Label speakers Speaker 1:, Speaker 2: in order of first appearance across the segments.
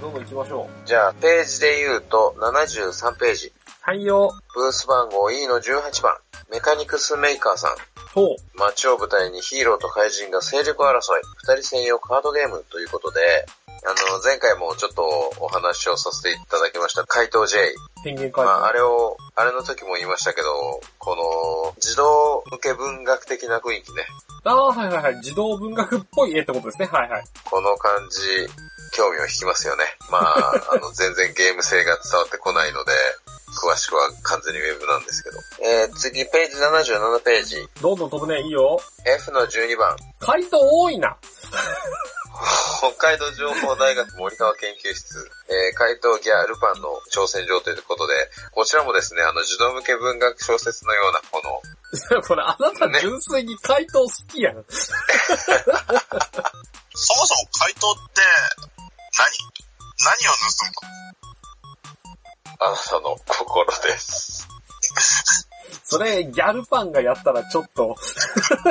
Speaker 1: どんどん行きましょう。
Speaker 2: じゃあ、ページで言うと73ページ。
Speaker 1: はいよ。
Speaker 2: ブース番号 E の18番。メカニクスメーカーさん。
Speaker 1: ほう。
Speaker 2: 街を舞台にヒーローと怪人が勢力争い、二人専用カードゲームということで、あの、前回もちょっとお話をさせていただきました、怪盗 J。
Speaker 1: ペンギン
Speaker 2: ま
Speaker 1: 会
Speaker 2: あ、あれを、あれの時も言いましたけど、この、児童向け文学的な雰囲気ね。
Speaker 1: ああ、はいはいはい。児童文学っぽい絵ってことですね。はいはい。
Speaker 2: この感じ、興味を引きますよね。ま あ、あの、全然ゲーム性が伝わってこないので、詳しくは完全にウェブなんですけど。えー、次、ページ77ページ。
Speaker 1: どんどん飛ぶね。いいよ。
Speaker 2: F の12番。
Speaker 1: 回答多いな。
Speaker 2: 北海道情報大学森川研究室、えー、怪盗ギャルパンの挑戦状ということで、こちらもですね、あの、児童向け文学小説のような、この、
Speaker 1: これあなた純粋に回答好きやん。
Speaker 3: そもそも回答って何、何を盗むの
Speaker 2: あなたの心です。
Speaker 1: それ、ギャルパンがやったらちょっと、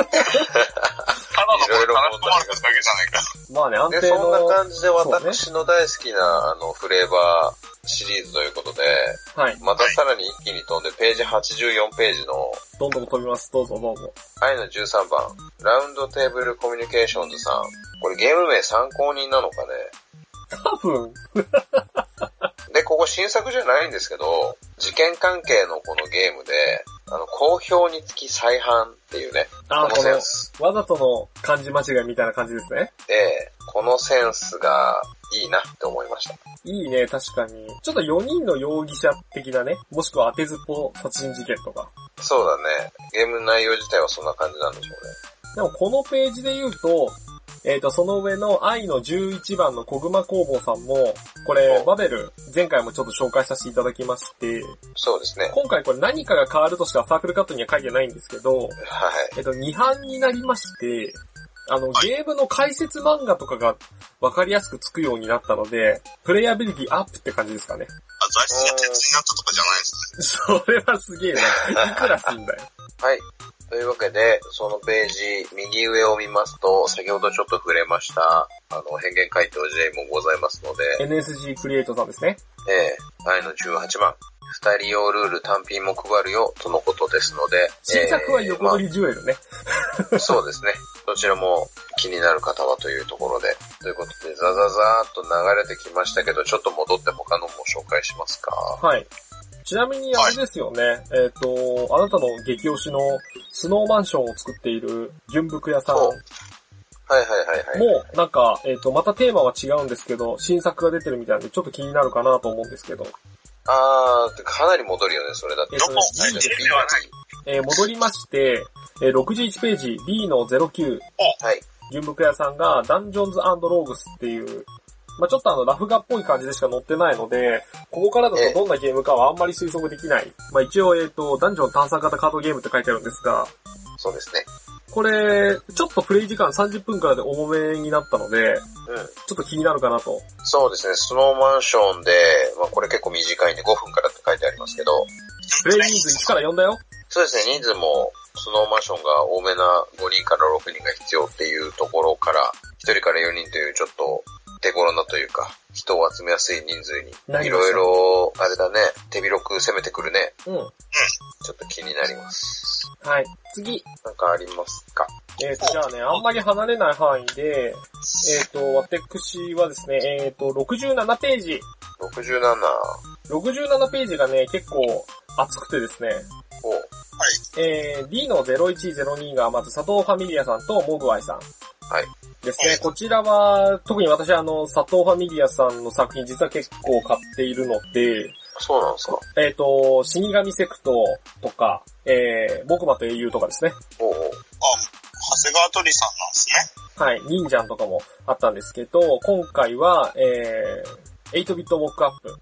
Speaker 3: ただの
Speaker 2: いろいろ問題が
Speaker 3: 話すだけじゃないか。
Speaker 1: まあね、安
Speaker 2: で、
Speaker 1: 定
Speaker 2: そんな
Speaker 1: の。
Speaker 2: 感じで
Speaker 1: そうね
Speaker 2: 私の大好きな、あの、フレーバーシリーズということで、
Speaker 1: はい。
Speaker 2: またさらに一気に飛んで、ページ84ページの、
Speaker 1: どんどん飛びます。どうぞどうぞ。
Speaker 2: 愛の13番、ラウンドテーブルコミュニケーションズさん。これゲーム名参考人なのかね
Speaker 1: 多分、
Speaker 2: で、ここ新作じゃないんですけど、事件関係のこのゲームで、あの、好評につき再販っていうね、
Speaker 1: あ
Speaker 2: こ
Speaker 1: ー
Speaker 2: の
Speaker 1: こ
Speaker 2: セン
Speaker 1: の、
Speaker 2: ス。
Speaker 1: わざとの漢字間違いみたいな感じですね。
Speaker 2: で、このセンスがいいなって思いました。
Speaker 1: いいね、確かに。ちょっと4人の容疑者的なね、もしくは当てずっぽ殺人事件とか。
Speaker 2: そうだね。ゲームの内容自体はそんな感じなんでしょうね。
Speaker 1: でもこのページで言うと、えっ、と、その上の愛の11番の小熊工房さんも、これ、
Speaker 2: お
Speaker 1: バベル、前回もちょっと紹介させていただきまして、
Speaker 2: そうですね。
Speaker 1: 今回これ何かが変わるとしかサークルカットには書いてないんですけど、
Speaker 2: はい。
Speaker 1: えっと、2版になりまして、あの、ゲームの解説漫画とかが分かりやすくつくようになったので、プレイアビリティアップって感じですかね。
Speaker 3: あ、材質が鉄になったとかじゃないんです
Speaker 1: そ
Speaker 3: ね。
Speaker 1: れはすげえな。いくらすんだよ。
Speaker 2: はい。というわけで、そのページ、右上を見ますと、先ほどちょっと触れました、あの、変幻回答 J もございますので、
Speaker 1: NSG クリエイトさんですね。
Speaker 2: ええ愛の18番。二人用ルール単品も配るよ、とのことですので。
Speaker 1: 新作は横取
Speaker 2: り、
Speaker 1: りジュエルね。
Speaker 2: まあそうですね。どちらも気になる方はというところで。ということで、ザザザーっと流れてきましたけど、ちょっと戻って他のも紹介しますか。
Speaker 1: はい。ちなみにあれですよね、えっ、と、あなたの激推しのスノーマンションを作っている純服屋さん
Speaker 2: ほ
Speaker 1: も
Speaker 2: う、はいはいはいはい。
Speaker 1: なんか、えっ、と、またテーマは違うんですけど、新作が出てるみたいなんで、ちょっと気になるかなと思うんですけど、
Speaker 2: あー、かなり戻るよね、それだって。
Speaker 1: どこ
Speaker 2: はい
Speaker 3: いいんですよ
Speaker 1: えー戻りまして、えー61ページ B の09、
Speaker 2: はい。
Speaker 1: 純服屋さんがダンジョンズローグスっていう、まあちょっとあの、ラフ画っぽい感じでしか載ってないので、ここからだとどんなゲームかはあんまり推測できない。まあ一応、えっ、と、ダンジョン探査型カードゲームって書いてあるんですが、
Speaker 2: そうですね。
Speaker 1: これ、ちょっとプレイ時間30分からで重めになったので、ち
Speaker 2: うん。
Speaker 1: ょっと気になるかなと。
Speaker 2: そうですね、スノーマンションで、まあこれ結構短いんで5分からって書いてありますけど、
Speaker 1: プレイ人数1から4だよ。
Speaker 2: そうですね、人数も、スノーマンションが多めな5人から6人が必要っていうところから、1人から4人というちょっと、手頃なというか、人を集めやすい人数に
Speaker 1: な、
Speaker 2: い
Speaker 1: りました
Speaker 2: ろいろ、あれだね、手広く攻めてくるね。
Speaker 1: うん。
Speaker 2: ちょっと気になります。
Speaker 1: はい。次。
Speaker 2: なんかありますか
Speaker 1: えっ、と、じゃあね、あんまり離れない範囲で、えっ、と、私はですね、えっ、と、67ページ。
Speaker 2: ?67
Speaker 1: 67ページがね、結構熱くてですね、
Speaker 2: を、
Speaker 1: えー、D の0102がまず佐藤ファミリアさんとモグワイさん。
Speaker 2: はい。
Speaker 1: ですね。こちらは、特に私あの、佐藤ファミリアさんの作品実は結構買っているので、
Speaker 2: そうなんですか
Speaker 1: えっ、と、死神セクトとか、えー、僕マと英雄とかですね。
Speaker 2: おうおう
Speaker 3: 長谷川鳥さんなんですね。
Speaker 1: はい、忍者とかもあったんですけど、今回は、えー、8ビットウォークアップ。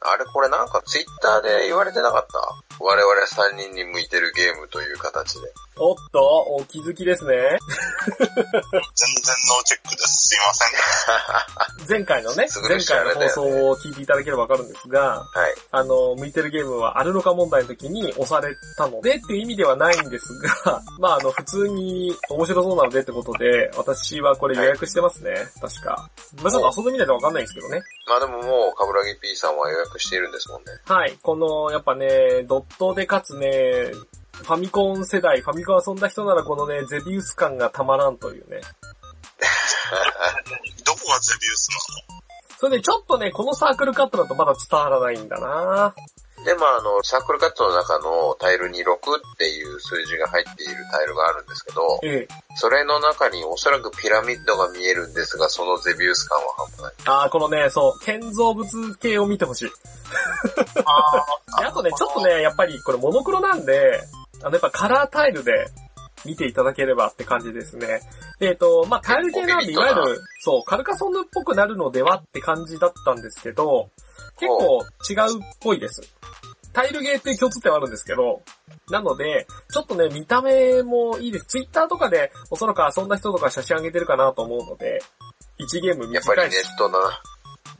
Speaker 2: あれこれなんかツイッターで言われてなかった我々3人に向いてるゲームという形で。
Speaker 1: おっと、お気づきですね。
Speaker 3: 全然ノーチェックです。すいません。
Speaker 1: 前回のね
Speaker 2: す、ぐ
Speaker 1: 前
Speaker 2: に調べ
Speaker 1: 回
Speaker 2: た
Speaker 1: の
Speaker 2: よね
Speaker 1: 放送を聞いていただければわかるんですが、
Speaker 2: はい。
Speaker 1: あの、向いてるゲームはあるのか問題の時に押されたのでっていう意味ではないんですが、 まああの、普通に面白そうなのでってことで、私はこれ予約してますね、確か。まあちょっと遊んでみないとわかんないんですけどね。
Speaker 2: まあでももう、カブラギ P さんは予約しているんですもんね。
Speaker 1: はい、この、やっぱね、ドットでかつね、ファミコン世代、ファミコン遊んだ人ならこのね、ゼビウス感がたまらんというね。
Speaker 3: どこがゼビウスなの
Speaker 1: それでちょっとね、このサークルカットだとまだ伝わらないんだな
Speaker 2: で、まああの、サークルカットの中のタイルに6っていう数字が入っているタイルがあるんですけど、
Speaker 1: ええ。
Speaker 2: それの中におそらくピラミッドが見えるんですが、そのゼビウス感は半端ない。
Speaker 1: ああ、このね、そう、建造物系を見てほしい。であとね、ちょっとね、やっぱりこれモノクロなんで、あの、やっぱカラータイルで見ていただければって感じですね。でえっ、と、まあ、タイル系なんで、い
Speaker 2: 結構
Speaker 1: わ
Speaker 2: ヘビ
Speaker 1: ゆ
Speaker 2: ーだな
Speaker 1: る、そう、カルカソンヌっぽくなるのではって感じだったんですけど、結構違うっぽいです。タイルゲーっていう共通点はあるんですけど、なので、ちょっとね、見た目もいいです。ツイッターとかで、おそらく遊んだ人とか写真上げてるかなと思うので、1ゲーム
Speaker 2: やっぱり
Speaker 1: 短い
Speaker 2: ネ
Speaker 1: し、
Speaker 2: ットな、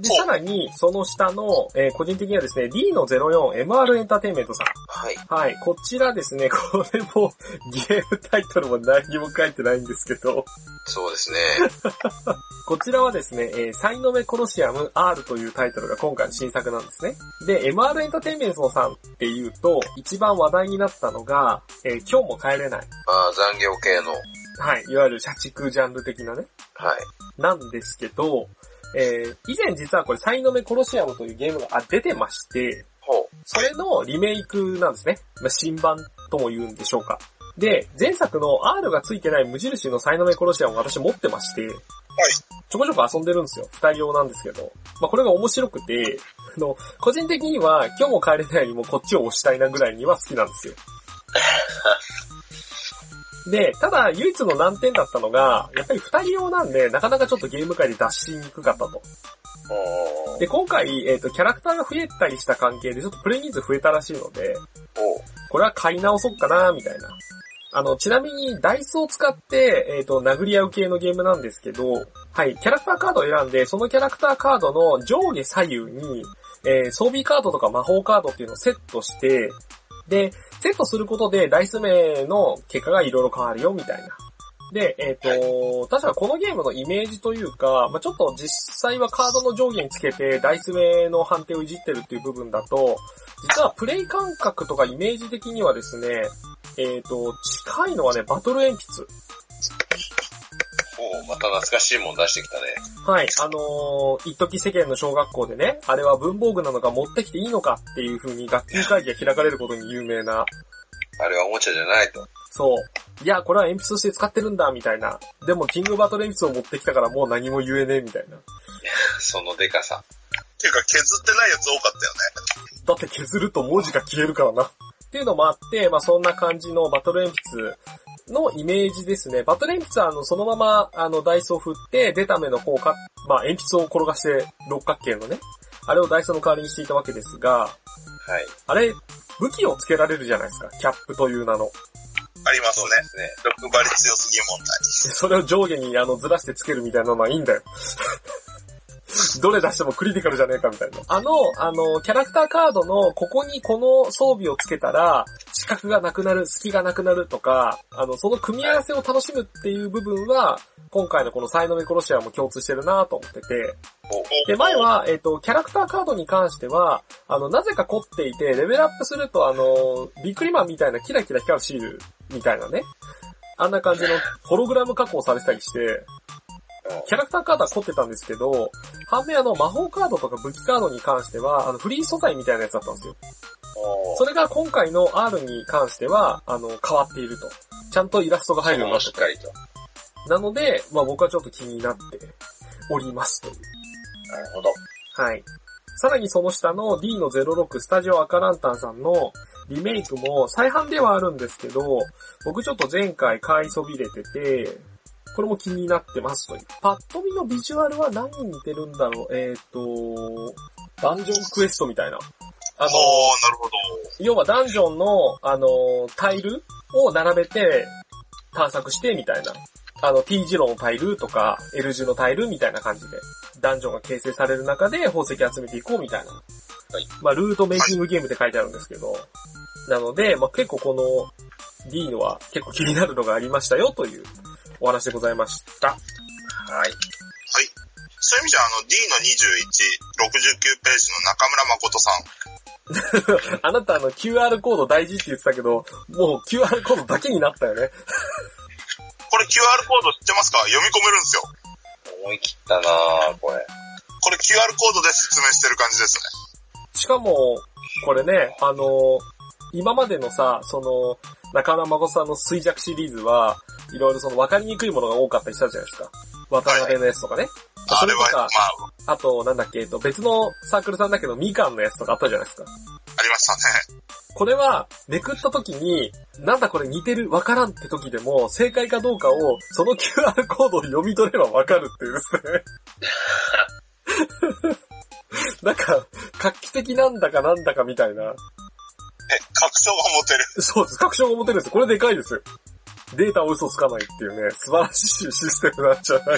Speaker 1: で、さらに、その下の、えー個人的にはですね、D の 04MR エンターテインメントさん。
Speaker 2: はい。
Speaker 1: はい、こちらですね、 これも、ゲームタイトルも何にも書いてないんですけど、
Speaker 2: そうです ね。
Speaker 1: こちらはですね、えー、サイノベコロシアム R というタイトルが今回の新作なんですね。で、MR エンターテインメントさんっていうと、一番話題になったのが、えー今日も帰れない。
Speaker 2: まあ残業系の、
Speaker 1: はい、いわゆる社畜ジャンル的なね。
Speaker 2: はい。
Speaker 1: なんですけど、えー、以前実はこれ、サイノベコロシアムというゲームがあ出てまして、
Speaker 2: ほ
Speaker 1: それのリメイクなんですね。まあ、新版とも言うんでしょうか。で、前作の R が付いてない無印のサイノメコロシアンを私持ってまして、ちょこちょこ遊んでるんですよ。二人用なんですけど。まあ、これが面白くて、あの、個人的には今日も帰れないよりもこっちを押したいなぐらいには好きなんですよ。で、ただ唯一の難点だったのが、やっぱり二人用なんで、なかなかちょっとゲーム界で脱しにくかったと。
Speaker 2: う。お
Speaker 1: で、今回、えっ、と、キャラクターが増えたりした関係で、ちょっとプレイ人数増えたらしいので、
Speaker 2: お
Speaker 1: これは買い直そうかな、みたいな。あの、ちなみに、ダイスを使って、えっ、と、殴り合う系のゲームなんですけど、はい、キャラクターカードを選んで、そのキャラクターカードの上下左右に、えー装備カードとか魔法カードっていうのをセットして、で、セットすることで、ダイス名の結果がいろいろ変わるよ、みたいな。で、えっ、と、確かこのゲームのイメージというか、まあ、ちょっと実際はカードの上下につけて、ダイス名の判定をいじってるっていう部分だと、実はプレイ感覚とかイメージ的にはですね、えっ、と、近いのはね、バトル鉛筆。
Speaker 2: おうまた懐かしいもん出してきたね。
Speaker 1: はい、あのー、一時世間の小学校でね、あれは文房具なのか持ってきていいのかっていう風に学級会議が開かれることに有名な、
Speaker 2: あれはおもちゃじゃないと。
Speaker 1: そう。いや、これは鉛筆として使ってるんだ、みたいな。でも、キングバトル鉛筆を持ってきたからもう何も言えねえ、みたいな。
Speaker 2: そのデカさ。
Speaker 3: ていうか、削ってないやつ多かったよね。
Speaker 1: だって削ると文字が消えるからな。っていうのもあって、まあそんな感じのバトル鉛筆のイメージですね。バトル鉛筆はあのそのままあのダイスを振って出た目の効果、まあ鉛筆を転がして六角形のね、あれをダイスの代わりにしていたわけですが、
Speaker 2: はい。
Speaker 1: あれ、武器をつけられるじゃないですか。キャップという名の。
Speaker 3: あります
Speaker 2: そうで
Speaker 3: ね。
Speaker 2: すね。
Speaker 3: 毒針強すぎる問題。
Speaker 1: それを上下にあのずらしてつけるみたいなのはいいんだよ。 どれ出してもクリティカルじゃねえかみたいな。あの、あの、キャラクターカードのここにこの装備をつけたら、視覚がなくなる、隙がなくなるとか、あの、その組み合わせを楽しむっていう部分は、今回のこのサイノメコロシアも共通してるなと思ってて、
Speaker 2: お
Speaker 1: で、前は、えっ、と、キャラクターカードに関しては、あの、なぜか凝っていて、レベルアップすると、あの、ビックリマンみたいなキラキラ光るシールみたいなね。あんな感じのホログラム加工されてたりして、キャラクターカードは凝ってたんですけど、反面あの、魔法カードとか武器カードに関しては、あの、フリー素材みたいなやつだったんですよ。
Speaker 2: お
Speaker 1: それが今回の R に関しては、あの、変わっていると。ちゃんとイラストが入るように
Speaker 2: も
Speaker 1: なっ
Speaker 2: してっかりと。
Speaker 1: なので、まあ僕はちょっと気になっておりますという。
Speaker 2: なるほど。
Speaker 1: はい。さらにその下の D の06スタジオアカランタンさんのリメイクも再販ではあるんですけど、僕ちょっと前回買いそびれてて、これも気になってますという。パッと見のビジュアルは何に似てるんだろうえっ、と、ダンジョンクエストみたいな。あ
Speaker 3: あ
Speaker 1: の、
Speaker 3: おー、なるほど。
Speaker 1: 要はダンジョンの、あの、タイルを並べて探索してみたいな。あの、T 字路のタイルとか、L 字のタイルみたいな感じで、ダンジョンが形成される中で宝石集めていこうみたいな。
Speaker 2: はい。
Speaker 1: まあ、ルートメイキングゲームって書いてあるんですけど、なので、まあ、結構この D のは結構気になるのがありましたよというお話でございました。
Speaker 2: はい。
Speaker 3: はい。そういう意味じゃ、あの、D の21、69ページの中村誠さん。
Speaker 1: あなたあの QR コード大事って言ってたけど、もう QR コードだけになったよね。
Speaker 3: これ QR コード知ってますか読み込めるんですよ。
Speaker 2: 思い切ったなぁ、これ。
Speaker 3: これ QR コードで説明してる感じですね。
Speaker 1: しかも、これね、あの、今までのさ、その、中村誠さんの衰弱シリーズは、いろいろその分かりにくいものが多かったりしたじゃないですか。渡辺のやつとかね。
Speaker 3: あ
Speaker 1: そ
Speaker 3: れ
Speaker 1: れと
Speaker 3: は、ま
Speaker 1: か、
Speaker 3: あ、
Speaker 1: あと、なんだっけ、えっと、別のサークルさんだけど、みかんのやつとかあったじゃないですか。
Speaker 3: ありましたね。
Speaker 1: これは、めくった時に、なんだこれ似てる、わからんって時でも、正解かどうかを、その QR コードを読み取ればわかるっていうですね。なんか、画期的なんだかなんだかみたいな。
Speaker 3: え、確証が持てる。
Speaker 1: そうです。確証が持てるんですよ。これでかいですよ。データを嘘つかないっていうね、素晴らしいシステムなんじゃないか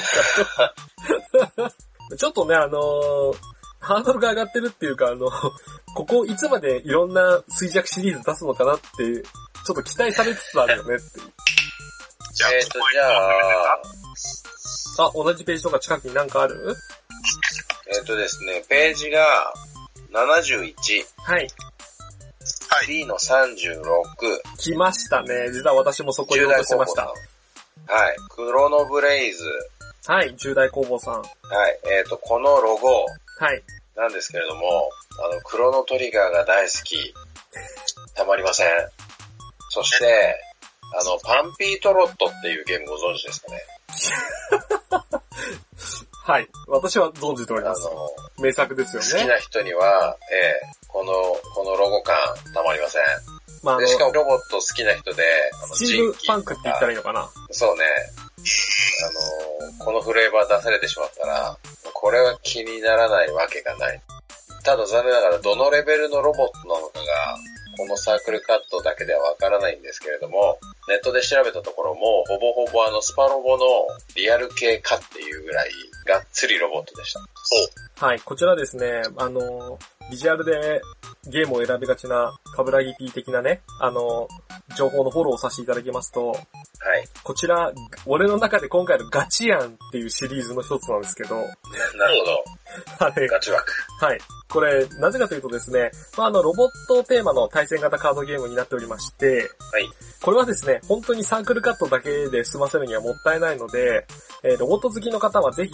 Speaker 1: と。 ちょっとね、あのーハードルが上がってるっていうか、あの、ここいつまでいろんな衰弱シリーズ出すのかなって、ちょっと期待されつつあるよねっていう。
Speaker 3: じゃあ、
Speaker 2: えっ、
Speaker 3: ことこ、に
Speaker 2: じゃあ、
Speaker 1: あ、同じページとか近くになんかある
Speaker 2: えっ、とですね、ページが71、
Speaker 1: はい。
Speaker 2: D の36、
Speaker 1: 来ましたね。実は私もそこに
Speaker 2: 10
Speaker 1: 落とし
Speaker 2: 代
Speaker 1: て
Speaker 2: 工
Speaker 1: ま
Speaker 2: 房
Speaker 1: し
Speaker 2: さん
Speaker 1: た。。
Speaker 2: はい、クロノブレイズ、
Speaker 1: はい、10代工房さん。は
Speaker 2: はい、えっ、と、このロゴ
Speaker 1: い。
Speaker 2: なんですけれども、あの、クロノトリガーが大好き。たまりません。そして、あの、パンピートロットっていうゲームご存知ですかね
Speaker 1: はい。私は存じてお
Speaker 2: あ
Speaker 1: り
Speaker 2: の、
Speaker 1: ます。
Speaker 2: 好
Speaker 1: 名作ですよ
Speaker 2: き
Speaker 1: ね。
Speaker 2: な人には、ええこの、このロゴ感、たまりません。
Speaker 1: まあ、あの
Speaker 2: で、、しかもロボット好きな人で、あの
Speaker 1: スチームパンクって言ったら
Speaker 2: い
Speaker 1: いいのかな
Speaker 2: そうね。あの、このフレーバー出されてしまったら、これは気にならないわけがない。ただ残念ながら、どのレベルのロボットなのかが、このサークルカットだけではわからないんですけれども、ネットで調べたところも、ほぼほぼあのスパロボのリアル系かっていうぐらい、がっつりロボットでした。
Speaker 1: はい、こちらですね、あの、ビジュアルでゲームを選びがちな、カブラギ P 的なね、あの、情報のフォローをさせていただきますと、
Speaker 2: はい。
Speaker 1: こちら、俺の中で今回のガチアンっていうシリーズの一つなんですけど、
Speaker 2: なるほど。
Speaker 1: あれ、
Speaker 2: ガチ枠。
Speaker 1: はい。これ、なぜかというとですね、まあ、あの、ロボットをテーマの対戦型カードゲームになっておりまして、
Speaker 2: はい。
Speaker 1: これはですね、本当にサークルカットだけで済ませるにはもったいないので、えーロボット好きの方はぜひ、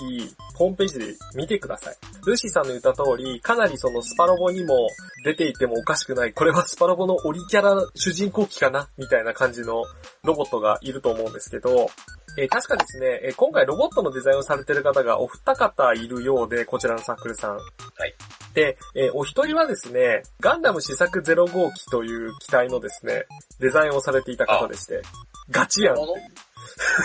Speaker 1: ホームページで見てください。ルーシーさんの言った通り、かなりそのスパロボにも出ていてもおかしくない、これはスパロボのオリキャラ主人公機かなみたいな感じのロボットがいると思うんですけど、えー確かですね、えー今回ロボットのデザインをされてる方がお二方いるようで、こちらのサークルさん。で、えーお一人はですね、ガンダム試作0号機という機体のですね、デザインをされていた方でして、ガチやん。
Speaker 2: この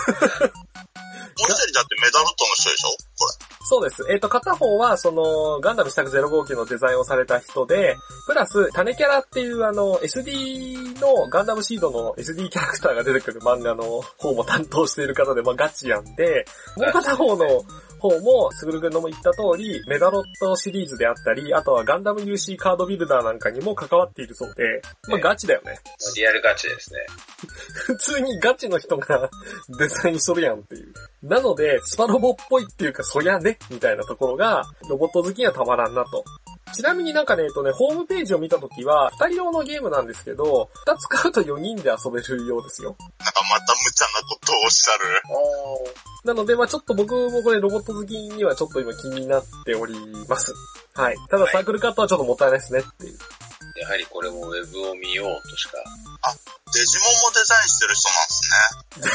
Speaker 3: もう一人だってメダロットの人でしょこれ。
Speaker 1: そうです。えっ、と、片方は、その、ガンダム試作0号機のデザインをされた人で、プラス、種キャラっていう、あの、SD の、ガンダムシードの SD キャラクターが出てくる漫画の方も担当している方で、まあ、ガチやんで、もう片方の方も、すぐるくんのも言った通り、メダロットシリーズであったり、あとはガンダム UC カードビルダーなんかにも関わっているそうで、まあ、
Speaker 2: ね
Speaker 1: ガチだよね。
Speaker 2: リアルガチですね。
Speaker 1: 普通にガチの人がデザインしとるやんっていう。なので、スパロボっぽいっていうか、そりゃね、みたいなところが、ロボット好きにはたまらんなと。ちなみになんかね、えっとね、ホームページを見たときは、二人用のゲームなんですけど、二つ買うと4人で遊べるようですよ。
Speaker 3: なんかまた無茶なことをおっしゃる。
Speaker 2: おー。
Speaker 1: なので、まあちょっと僕もこれロボット好きにはちょっと今気になっております。はい。ただサークルカットはちょっともったいないですねっていう。
Speaker 2: やはりこれもウェブを見ようとしか、
Speaker 3: デジモンもデザインしてる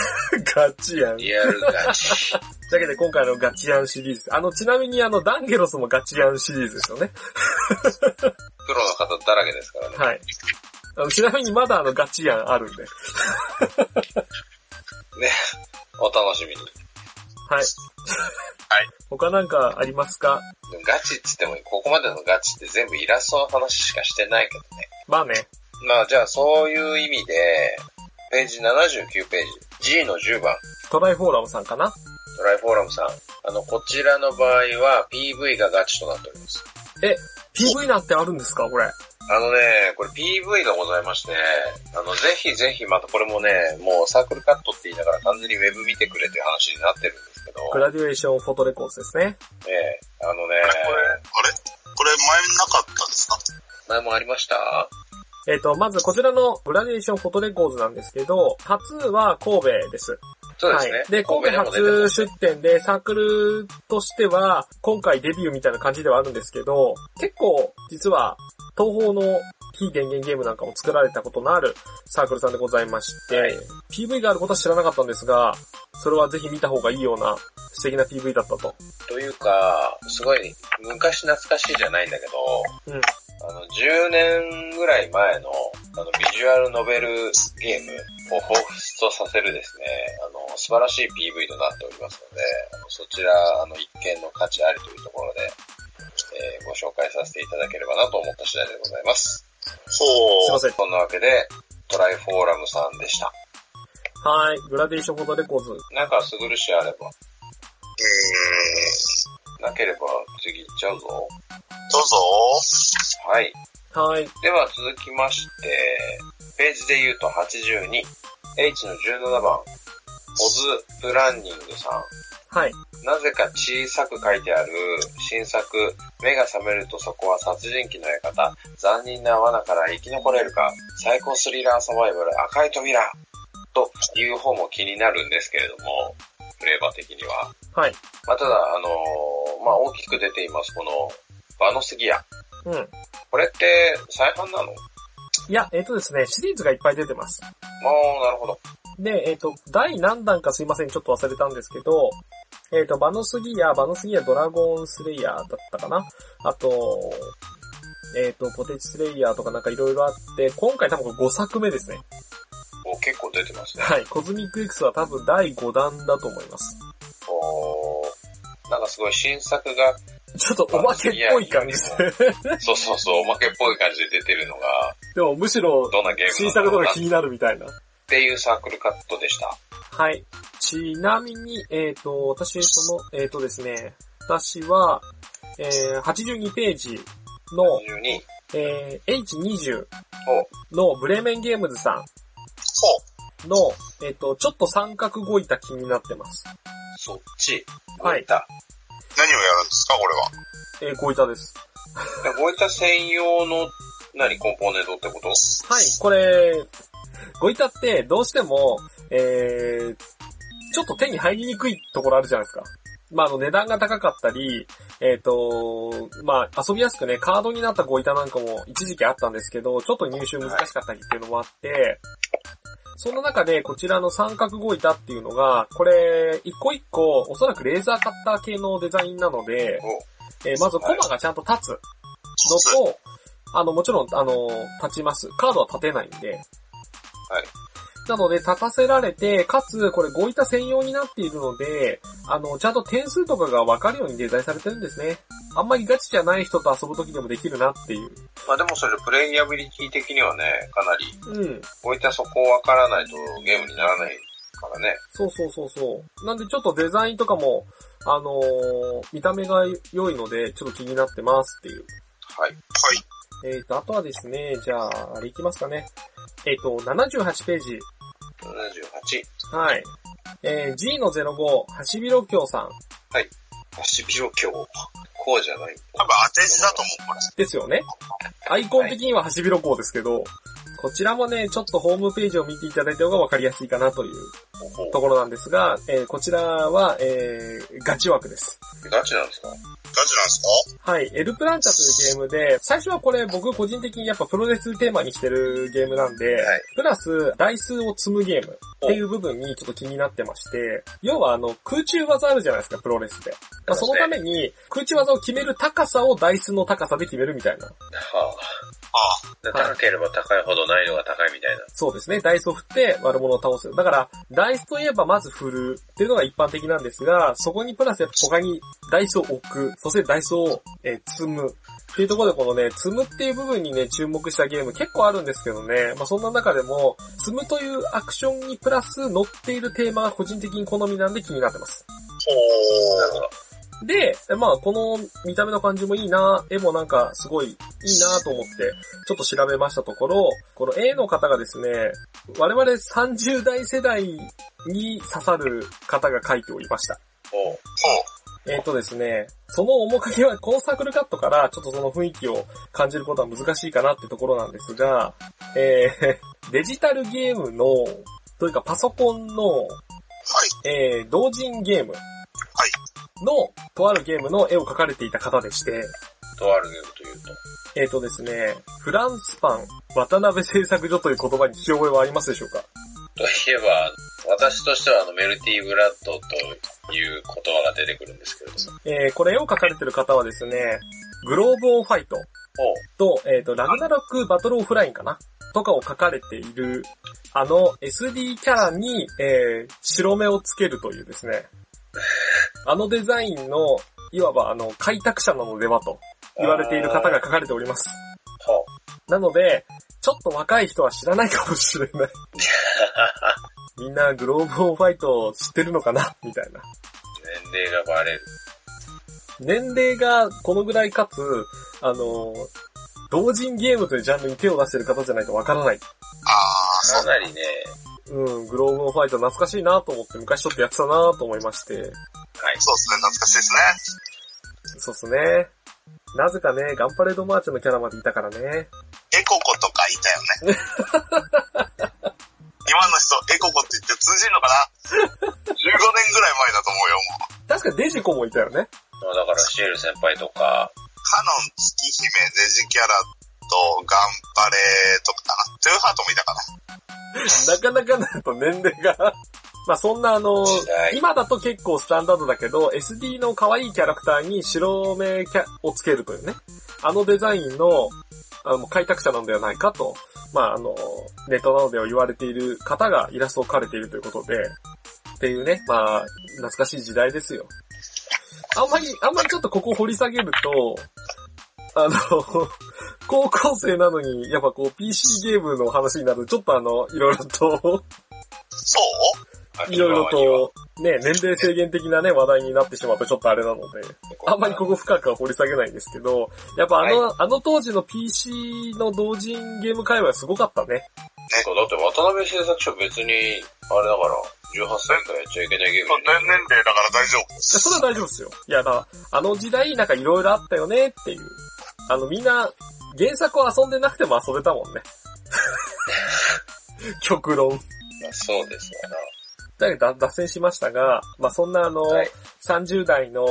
Speaker 3: 人なんで
Speaker 1: ガ
Speaker 3: すね。
Speaker 1: チやん。
Speaker 2: リアルガチ。
Speaker 1: だけで今回のガチアンシリーズ。あの、ちなみにあの、ダンゲロスもガチアンシリーズですよね。
Speaker 2: プロの方だらけですからね。
Speaker 1: はい。あのちなみにまだあのガチやんあるんで。
Speaker 2: ね。お楽しみに。
Speaker 1: はい。
Speaker 3: はい。
Speaker 1: 他なんかありますか
Speaker 2: でもガチっつっても、ここまでのガチって全部イラストの話しかしてないけどね。
Speaker 1: まあね。
Speaker 2: まあじゃあそういう意味で、ページ79ページ。G の10番。
Speaker 1: トライフォーラムさんかな
Speaker 2: トライフォーラムさん。あの、こちらの場合は PV がガチとなっております。
Speaker 1: え、PV なんてあるんですかこれ。
Speaker 2: あのね、これ PV がございまして、あの、ぜひぜひまたこれもね、もうサークルカットって言いながら完全にウェブ見てくれという話になってるんですけど、
Speaker 1: グラデュエーションフォトレコードですね。
Speaker 2: ええあのね、
Speaker 3: あれこれ前なかったですか
Speaker 2: 前もありました
Speaker 1: えっ、と、まずこちらのグラデュエーションフォトレコードなんですけど、初は神戸です。
Speaker 2: そうですね。
Speaker 1: はい。で、神戸
Speaker 2: も出てま
Speaker 1: 初
Speaker 2: すね
Speaker 1: 出店で、サークルとしては、今回デビューみたいな感じではあるんですけど、結構、実は、東方の非電源ゲームなんかも作られたことのあるサークルさんでございまして、
Speaker 2: はい
Speaker 1: PV があることは知らなかったんですが、それはぜひ見た方がいいような素敵な PV だったと。
Speaker 2: というか、すごい昔懐かしいじゃないんだけど、
Speaker 1: うん
Speaker 2: あの、10年ぐらい前の、あの、ビジュアルノベルゲームを彷彿とさせるですね、あの、素晴らしい PV となっておりますので、あのそちら、あの、一見の価値ありというところで、えーご紹介させていただければなと思った次第でございます。
Speaker 1: すい
Speaker 3: ほ
Speaker 1: ま
Speaker 3: う。
Speaker 1: せん。
Speaker 2: そんなわけで、トライフォーラムさんでした。
Speaker 1: はい。グラデーションフォトレコーズ。
Speaker 2: なんかすぐるしあれば、
Speaker 3: うー
Speaker 2: なければ次行っちゃうぞ。
Speaker 3: ん。どうぞ。
Speaker 2: はい。
Speaker 1: はい。
Speaker 2: では続きまして、ページで言うと82、H の17番、オズ・プランニングさん。
Speaker 1: はい。
Speaker 2: なぜか小さく書いてある新作、目が覚めるとそこは殺人鬼の館、残忍な罠から生き残れるか、最高スリラーサバイバル赤い扉、という方も気になるんですけれども、フレーバー的には。
Speaker 1: はい。
Speaker 2: まあ、ただ、あのーまあ、大きく出ています、この、場の杉谷。
Speaker 1: うん。
Speaker 2: これって、再販なの
Speaker 1: いや、えっ、とですね、シリーズがいっぱい出てます。
Speaker 2: まあ、なるほど。
Speaker 1: で、えっ、と、第何弾かすいません、ちょっと忘れたんですけど、えっ、と、バノスギア、バノスギアドラゴンスレイヤーだったかなあと、えっ、と、ポテチスレイヤーとかなんかいろいろあって、今回多分これ5作目ですね。
Speaker 2: お結構出てますね。
Speaker 1: はい。コズミック X は多分第5弾だと思います。
Speaker 2: おーなんかすごい新 作が、
Speaker 1: ちょっとおまけっぽい感じですね。
Speaker 2: そうそうそう、おまけっぽい感じで出てるのが、
Speaker 1: でもむしろ、
Speaker 2: どんなゲーム
Speaker 1: 新作と
Speaker 2: なの
Speaker 1: か
Speaker 2: か
Speaker 1: 気
Speaker 2: なっ
Speaker 1: になるみたいな。
Speaker 2: ていうサークルカットでした。
Speaker 1: はい。ちなみに、えっ、と、私、その、えっ、とですね、私は、えー、82ページの、
Speaker 2: 12、
Speaker 1: えー、H20
Speaker 2: お
Speaker 1: のブレーメンゲームズさ
Speaker 3: ほう。
Speaker 1: んの、えっ、と、ちょっと三角動いた気になってます。
Speaker 2: そっち、
Speaker 1: はい
Speaker 2: ゴイタ。
Speaker 3: 何をやるんですかこれは。
Speaker 1: えー、ごいたです。
Speaker 2: でゴイタ専用の、何、コンポーネントってこと
Speaker 1: はい、これ、ごいたってどうしても、えー、ちょっと手に入りにくいところあるじゃないですか。まあ、あの、値段が高かったり、えっ、と、まあ、遊びやすくね、カードになったごいたなんかも一時期あったんですけど、ちょっと入手難しかったりっていうのもあって、その中でこちらの三角ごいたっていうのが、これ、一個一個、おそらくレーザーカッター系のデザインなので、えーまずコマがちゃんと立つのと、あの、もちろん、あの、立ちます。カードは立てないんで。
Speaker 2: はい。
Speaker 1: なので、立たせられて、かつ、これ、ゴイタ専用になっているので、あの、ちゃんと点数とかがわかるようにデザインされてるんですね。あんまりガチじゃない人と遊ぶときでもできるなっていう。
Speaker 2: まあでもそれプレイアビリティ的にはね、かなり、
Speaker 1: うん。
Speaker 2: ゴイタそこわからないとゲームにならないからね。
Speaker 1: そうそうそうそう。なんで、ちょっとデザインとかも、あのー見た目が良いので、ちょっと気になってますっていう。
Speaker 2: はい。
Speaker 3: はい。
Speaker 1: えーと、あとはですね、じゃあ、あれいきますかね。えっ、と、78ページ。
Speaker 2: 78、
Speaker 1: はい。えー、G の05、はしびろきょうさん
Speaker 2: 足ビロ強。こうじゃない。
Speaker 3: 多分当て字だと思う、これ。
Speaker 1: ですよね。アイコン的にははしびろこうですけど、こちらもね、ちょっとホームページを見ていただいた方がわかりやすいかなという
Speaker 2: ほほ
Speaker 1: ところなんですが、えーこちらは、えー、ガチ枠です。
Speaker 2: ガチなんですか
Speaker 3: ガチなんですか
Speaker 1: はい、エルプランチャというゲームで、最初はこれ僕個人的にやっぱプロレステーマにしてるゲームなんで、
Speaker 2: はい
Speaker 1: プラス、ダイスを積むゲームっていう部分にちょっと気になってまして、要はあの、空中技あるじゃないですか、プロレスで。まあ、そのために、空中技を決める高さをダイスの高さで決めるみたいな。
Speaker 2: は
Speaker 3: あ
Speaker 2: あ、
Speaker 1: はい
Speaker 2: 高ければ高いほど難易度が高いみたいな。
Speaker 1: そうですね、ダイスを振って悪者を倒す。だから、ダイスといえばまず振るっていうのが一般的なんですが、そこにプラスやっぱ他にダイスを置く、そしてダイスを、えー積む。っていうところでこのね、積むっていう部分にね、注目したゲーム結構あるんですけどね、まあそんな中でも、積むというアクションにプラス乗っているテーマが個人的に好みなんで気になってます。
Speaker 2: なるほ
Speaker 3: ほー。
Speaker 2: ど。
Speaker 1: で、まあ、この見た目の感じもいいな、絵もなんかすごいいいなと思って、ちょっと調べましたところ、この絵の方がですね、我々30代世代に刺さる方が書いておりました。
Speaker 2: おう
Speaker 3: ほう。
Speaker 1: えっ、とですね、その面影はこのサークルカットからちょっとその雰囲気を感じることは難しいかなってところなんですが、えー、デジタルゲームの、というかパソコンの、
Speaker 3: はい。
Speaker 1: えー、同人ゲーム。の、とあるゲームの絵を描かれていた方でして、
Speaker 2: とあるゲームというと。
Speaker 1: えっ、とですね、フランスパン、渡辺製作所という言葉に聞き覚えはありますでしょうか
Speaker 2: といえば、私としてはあのメルティーブラッドという言葉が出てくるんですけれども。
Speaker 1: えー、これ絵を描かれてる方はですね、グローブオンファイト
Speaker 2: おう
Speaker 1: と、えっ、と、ラグナロクバトルオフラインかなとかを描かれている、あの SD キャラに、えー、白目をつけるというですね、あのデザインの、いわばあの、開拓者なのではと言われている方が描かれております。
Speaker 2: ほう。
Speaker 1: なので、ちょっと若い人は知らないかもしれない。みんなグローブオンファイト知ってるのかなみたいな。
Speaker 2: 年齢がバレる。
Speaker 1: 年齢がこのぐらいかつ、あの、同人ゲームというジャンルに手を出してる方じゃないとわからない。
Speaker 3: あー、そ
Speaker 2: か
Speaker 3: う。
Speaker 2: なりね、
Speaker 1: うん、グローブオンファイト懐かしいなと思って昔ちょっとやってたなと思いまして。
Speaker 2: はい。
Speaker 3: そうですね、懐かしいですね。
Speaker 1: そうっすね。なぜかね、ガンパレードマーチのキャラまでいたからね。
Speaker 3: エココとかい たよね。今の人、エココって言って通じるのかな ?15 年ぐらい前だと思うよ、もう。
Speaker 1: 確かデジコもいたよね。
Speaker 2: まあだからシエル先輩とか、
Speaker 3: カノン、月姫、デジキャラと、ガンパレとかかな。トゥーハート
Speaker 1: な
Speaker 3: もいたかな。
Speaker 1: かなかなんと年齢が。まあそんなあの、
Speaker 2: 時代
Speaker 1: 今だと結構スタンダードだけど、SD の可愛いキャラクターに白目キャをつけるというね。あのデザインの、あの、開拓者なんではないかと、まああの、ネットなどでは言われている方がイラストを描かれているということで、っていうね、まあ、懐かしい時代ですよ。あんまり、あんまりちょっとここ掘り下げると、あの、高校生なのに、やっぱこう PC ゲームの話になると、ちょっとあの、いろいろと、
Speaker 3: そう
Speaker 1: いろいろ
Speaker 2: 秋葉原
Speaker 1: と、ね、年齢制限的なね、話題になってしまうとちょっとあれなので、
Speaker 2: には
Speaker 1: あんまりここ深くは掘り下げないんですけど、やっぱあの、あの当時の PC の同人ゲーム界隈すごかったね。
Speaker 2: そうだって渡辺製作所別に、あれだから、18歳からやっちゃいけないゲーム
Speaker 3: そう、年齢だから大丈夫。
Speaker 1: いやそれは大丈夫ですよ。いや、だからあの時代なんかいろいろあったよねっていう。あのみんな、原作を遊んでなくても遊べた もんね。極論。
Speaker 2: まあそうですわな。
Speaker 1: だけど脱線しましたが、まあ、そんなあの、
Speaker 2: はい
Speaker 1: 30代の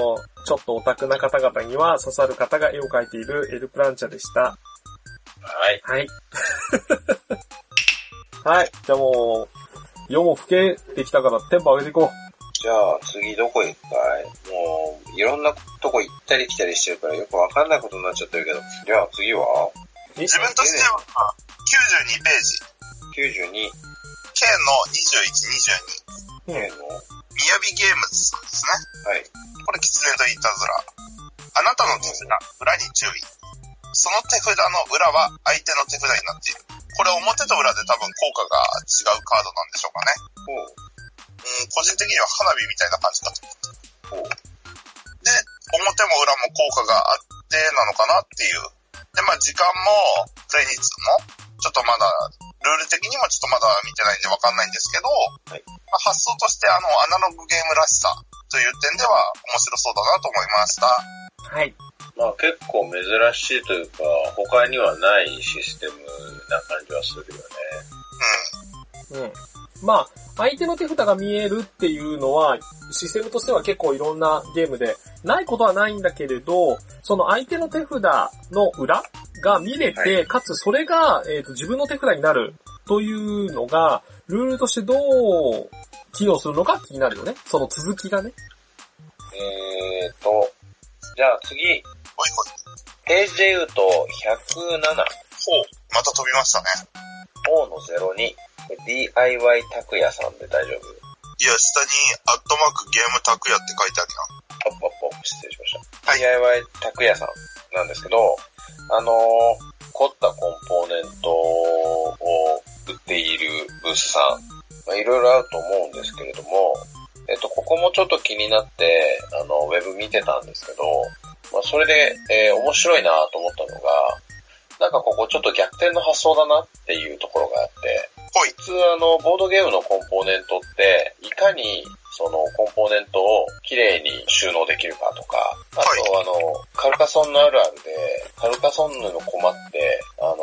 Speaker 1: ちょっとオタクな方々には刺さる方が絵を描いているエルプランチャでした。
Speaker 2: はい。
Speaker 1: はい。 はい。じゃあもう、夜も更けてきたからテンポ上げていこ
Speaker 2: じゃあ次どこ行くかいもう、いろんなとこ行ったり来たりしてるからよくわかんないことになっちゃってるけど。じゃあ次は
Speaker 1: う。
Speaker 3: 自分としては、92ページ。
Speaker 2: ?92
Speaker 3: K の21、22。
Speaker 2: 年の、は
Speaker 3: みやびゲームズさんですね。
Speaker 2: い。
Speaker 3: これ、狐といたずら。あなたの手札、裏に注意。その手札の裏は相手の手札になっている。これ表と裏で多分効果が違うカードなんでしょうかね。
Speaker 2: おう
Speaker 3: うん、個人的には花火みたいな感じだと。
Speaker 2: おう
Speaker 3: で、表も裏も効果があってなのかなっていう。で、まあ時間も、プレイ日数も、ちょっとまだ、ルール的にもちょっとまだ見てないんでわかんないんですけど、
Speaker 2: はい
Speaker 3: まあ、発想としてあの、アナログゲームらしさという点では面白そうだなと思いました。
Speaker 1: はい。
Speaker 2: まあ結構珍しいというか、他にはないシステムな感じはするよね。
Speaker 3: うん。
Speaker 1: うん。まあ、相手の手札が見えるっていうのは、システムとしては結構いろんなゲームで、ないことはないんだけれど、その相手の手札の裏が見れて、
Speaker 2: は
Speaker 1: かつそれが、えーと自分の手札になるというのが、ルールとしてどう機能するのか気になるよね。その続きがね。
Speaker 2: えーと、じゃあ次、
Speaker 3: ほいほい。
Speaker 2: ページで言うと107。
Speaker 3: ほう。また飛びましたね。
Speaker 2: O の02。DIY 拓也さんで大丈夫
Speaker 3: いや、下に、アットマークゲームタクヤって書いてある
Speaker 2: ポ
Speaker 3: な。
Speaker 2: ッポッポッ、失礼しました。
Speaker 3: はい
Speaker 2: DIY 拓也さんなんですけど、あのー凝ったコンポーネントを売っているブースさん、まあ、いろいろあると思うんですけれども、えっと、ここもちょっと気になって、あの、ウェブ見てたんですけど、まあ、それで、えー面白いなと思ったのが、なんかここちょっと逆転の発想だなっていうところがあって、
Speaker 3: ほい
Speaker 2: 普通あの、ボードゲームのコンポーネントって、いかにそのコンポーネントを綺麗に収納できるかとか、あ
Speaker 3: はい
Speaker 2: とあの、カルカソンヌあるあるで、カルカソンヌのコマって、あの、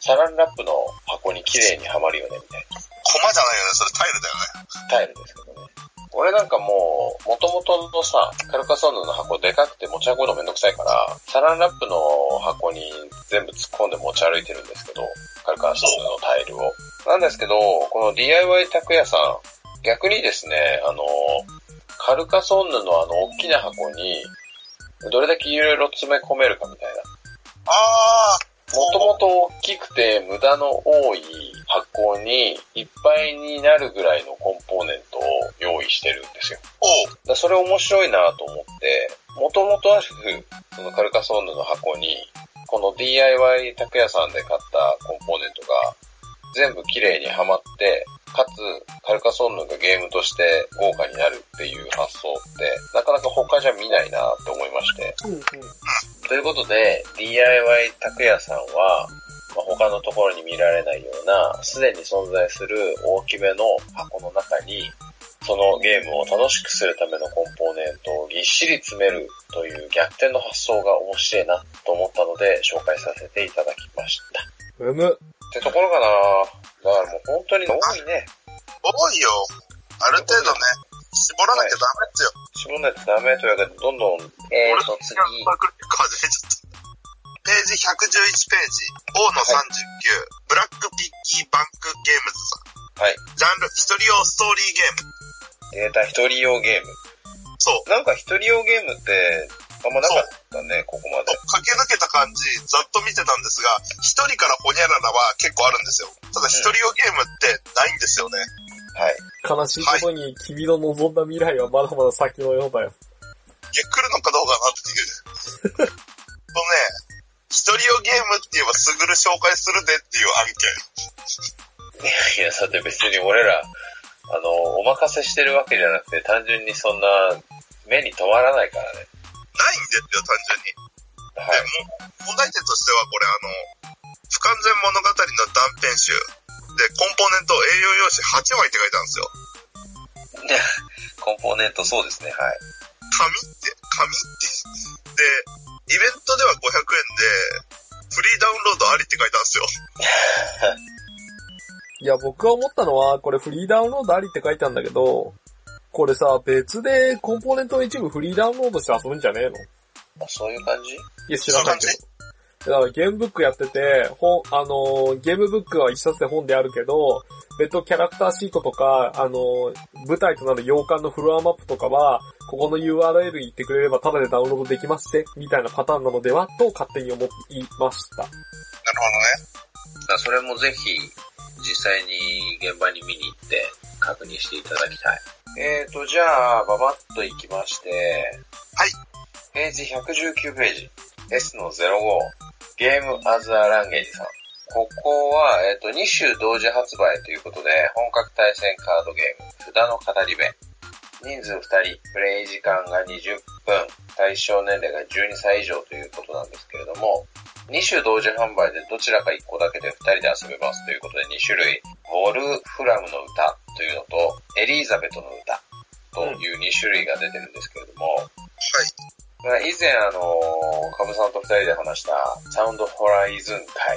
Speaker 2: サランラップの箱に綺麗にはまるよねみたいな。
Speaker 3: コマじゃないよね。それタイ
Speaker 2: タイ
Speaker 3: ルだよね。
Speaker 2: ルですけどね。俺なんかもう、元々のさ、カルカソンヌの箱でかくて持ち運ぶのめんどくさいから、サランラップの箱に全部突っ込んで持ち歩いてるんですけど、カルカソンヌのタイルを。なんですけど、この DIY 拓也さん、逆にですね、あの、カルカソンヌのあの大きな箱に、どれだけいろいろ詰め込めるかみたいな。
Speaker 3: あー、
Speaker 2: もともと大きくて無駄の多い箱にいっぱいになるぐらいのコンポーネントを用意してるんですよ。
Speaker 3: おう、
Speaker 2: だからそれ面白いなと思って、もともとあるそのカルカソンヌの箱に、この DIY 拓屋さんで買ったコンポーネントが全部綺麗にはまって、かつカルカソンヌがゲームとして豪華になるっていう発想って、なかなか他じゃ見ないなって思いまして。
Speaker 1: うんうん。
Speaker 2: ということで、DIY 拓也さんは、まあ他のところに見られないような、すでに存在する大きめの箱の中に、そのゲームを楽しくするためのコンポーネントをぎっしり詰めるという逆転の発想が面白いなと思ったので紹介させていただきました。
Speaker 1: うむ。
Speaker 2: ってところかなだからもう本当に多いね。
Speaker 3: 多いよ。ある程度ね、絞らなきゃダメっすよ。
Speaker 2: 絞んないとダメというわけで、どんどん、えーと、次。
Speaker 3: 俺が数えちゃったページ111ページ、王の39、ブラックピッキーバンクゲームズさん。
Speaker 2: はい。
Speaker 3: ジャンル、一人用ストーリーゲーム。
Speaker 2: データ一人用ゲーム。
Speaker 3: そう。
Speaker 2: なんか一人用ゲームって、あんまなかったね、ここまで。
Speaker 3: 駆け抜けた感じ、ざっと見てたんですが、一人からホニャララは結構あるんですよ。ただ一人用ゲームってないんですよね。
Speaker 2: はい。
Speaker 1: 悲しいことに、君の望んだ未来はまだまだ先のようだよ。
Speaker 3: いや、来るのかどうか なっていう。とね、一人用ゲームって言えばすぐる紹介するでっていう案件。
Speaker 2: いや、さて別に俺ら、あの、お任せしてるわけじゃなくて、単純にそんな、目に留まらないからね。
Speaker 3: ないんですよ、単純に。
Speaker 2: はい。
Speaker 3: 問題点としてはこれあの、不完全物語の断片集。で、コンポーネント栄養用紙8枚って書いてあるんですよ。
Speaker 2: コンポーネントそうですね、はい。
Speaker 3: 紙って、紙って。で、イベントでは500円で、フリーダウンロードありって書いてあるんですよ。
Speaker 1: いや、僕が思ったのは、これフリーダウンロードありって書いてあるんだけど、これさ、別でコンポーネントの一部フリーダウンロードして遊ぶんじゃねえのい
Speaker 2: あそういう感じ
Speaker 1: や、知らないけ
Speaker 3: そう
Speaker 1: ど。だからゲームブックやってて、本、あのーゲームブックは一冊で本であるけど、別途キャラクターシートとか、あのー舞台となる洋館のフロアマップとかは、ここの URL に行ってくれればタダでダウンロードできますぜ、みたいなパターンなのでは、と勝手に思いました。
Speaker 3: なるほどね。
Speaker 2: だそれもぜひ、実際に現場に見に行って、確認していただきたい。えーと、じゃあ、ばばっと行きまして、
Speaker 3: はい。
Speaker 2: ページ119ページ、S の05、ゲームアズアランゲージさん。ここは、えっ、と、2週同時発売ということで、本格対戦カードゲーム、札の語り部。人数2人、プレイ時間が20分、対象年齢が12歳以上ということなんですけれども、2種同時販売でどちらか1個だけで2人で遊べますということで2種類、ウォルフラムの歌というのと、エリザベトの歌という2種類が出てるんですけれども、はい。以前あの、カブさんと2人で話したサウンドホライズン会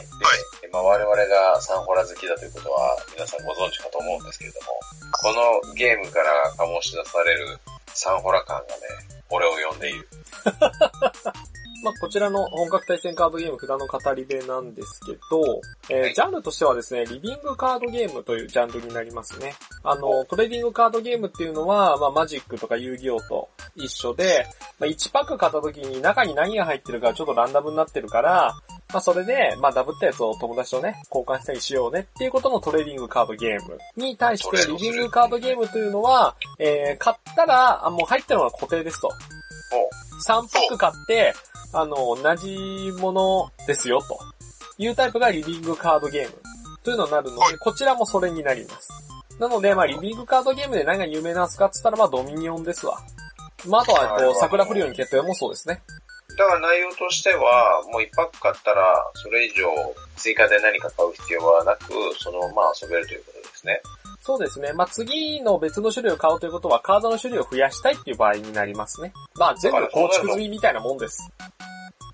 Speaker 2: で、
Speaker 3: は
Speaker 2: まあ我々がサンホラ好きだということは皆さんご存知かと思うんですけれども、このゲームから醸し出されるサンホラ感がね、俺を呼んでいる。
Speaker 1: まあ、こちらの本格対戦カードゲーム、札の語り部なんですけど、えージャンルとしてはですね、リビングカードゲームというジャンルになりますね。あの、トレーディングカードゲームっていうのは、まあ、マジックとか遊戯王と一緒で、まあ、1パック買った時に中に何が入ってるかちょっとランダムになってるから、まあ、それで、まあ、ダブったやつを友達とね、交換したりしようねっていうことのトレーディングカードゲームに対し
Speaker 2: トレー
Speaker 1: て、
Speaker 2: ド
Speaker 1: リ
Speaker 2: する
Speaker 1: ビングカードゲームというのは、えー、買ったら、あもう入ってるのが固定ですと。
Speaker 2: お
Speaker 1: 3パック買って、あの、同じものですよ、というタイプがリビングカードゲームというのになるので、
Speaker 3: はい
Speaker 1: こちらもそれになります。なので、まあ、リビングカードゲームで何が有名なんですかって言ったら、まあ、ドミニオンですわ。まあ、あとは、
Speaker 2: なる
Speaker 1: こ
Speaker 2: ほ
Speaker 1: う、
Speaker 2: ど
Speaker 1: 桜降るように決定もそうですね。
Speaker 2: だから内容としては、もう一パック買ったら、それ以上追加で何か買う必要はなく、そのまま遊べるということですね。
Speaker 1: そうですね。まあ、次の別の種類を買うということは、カードの種類を増やしたいっていう場合になりますね。まあ、全部構築済みみたいなもんです。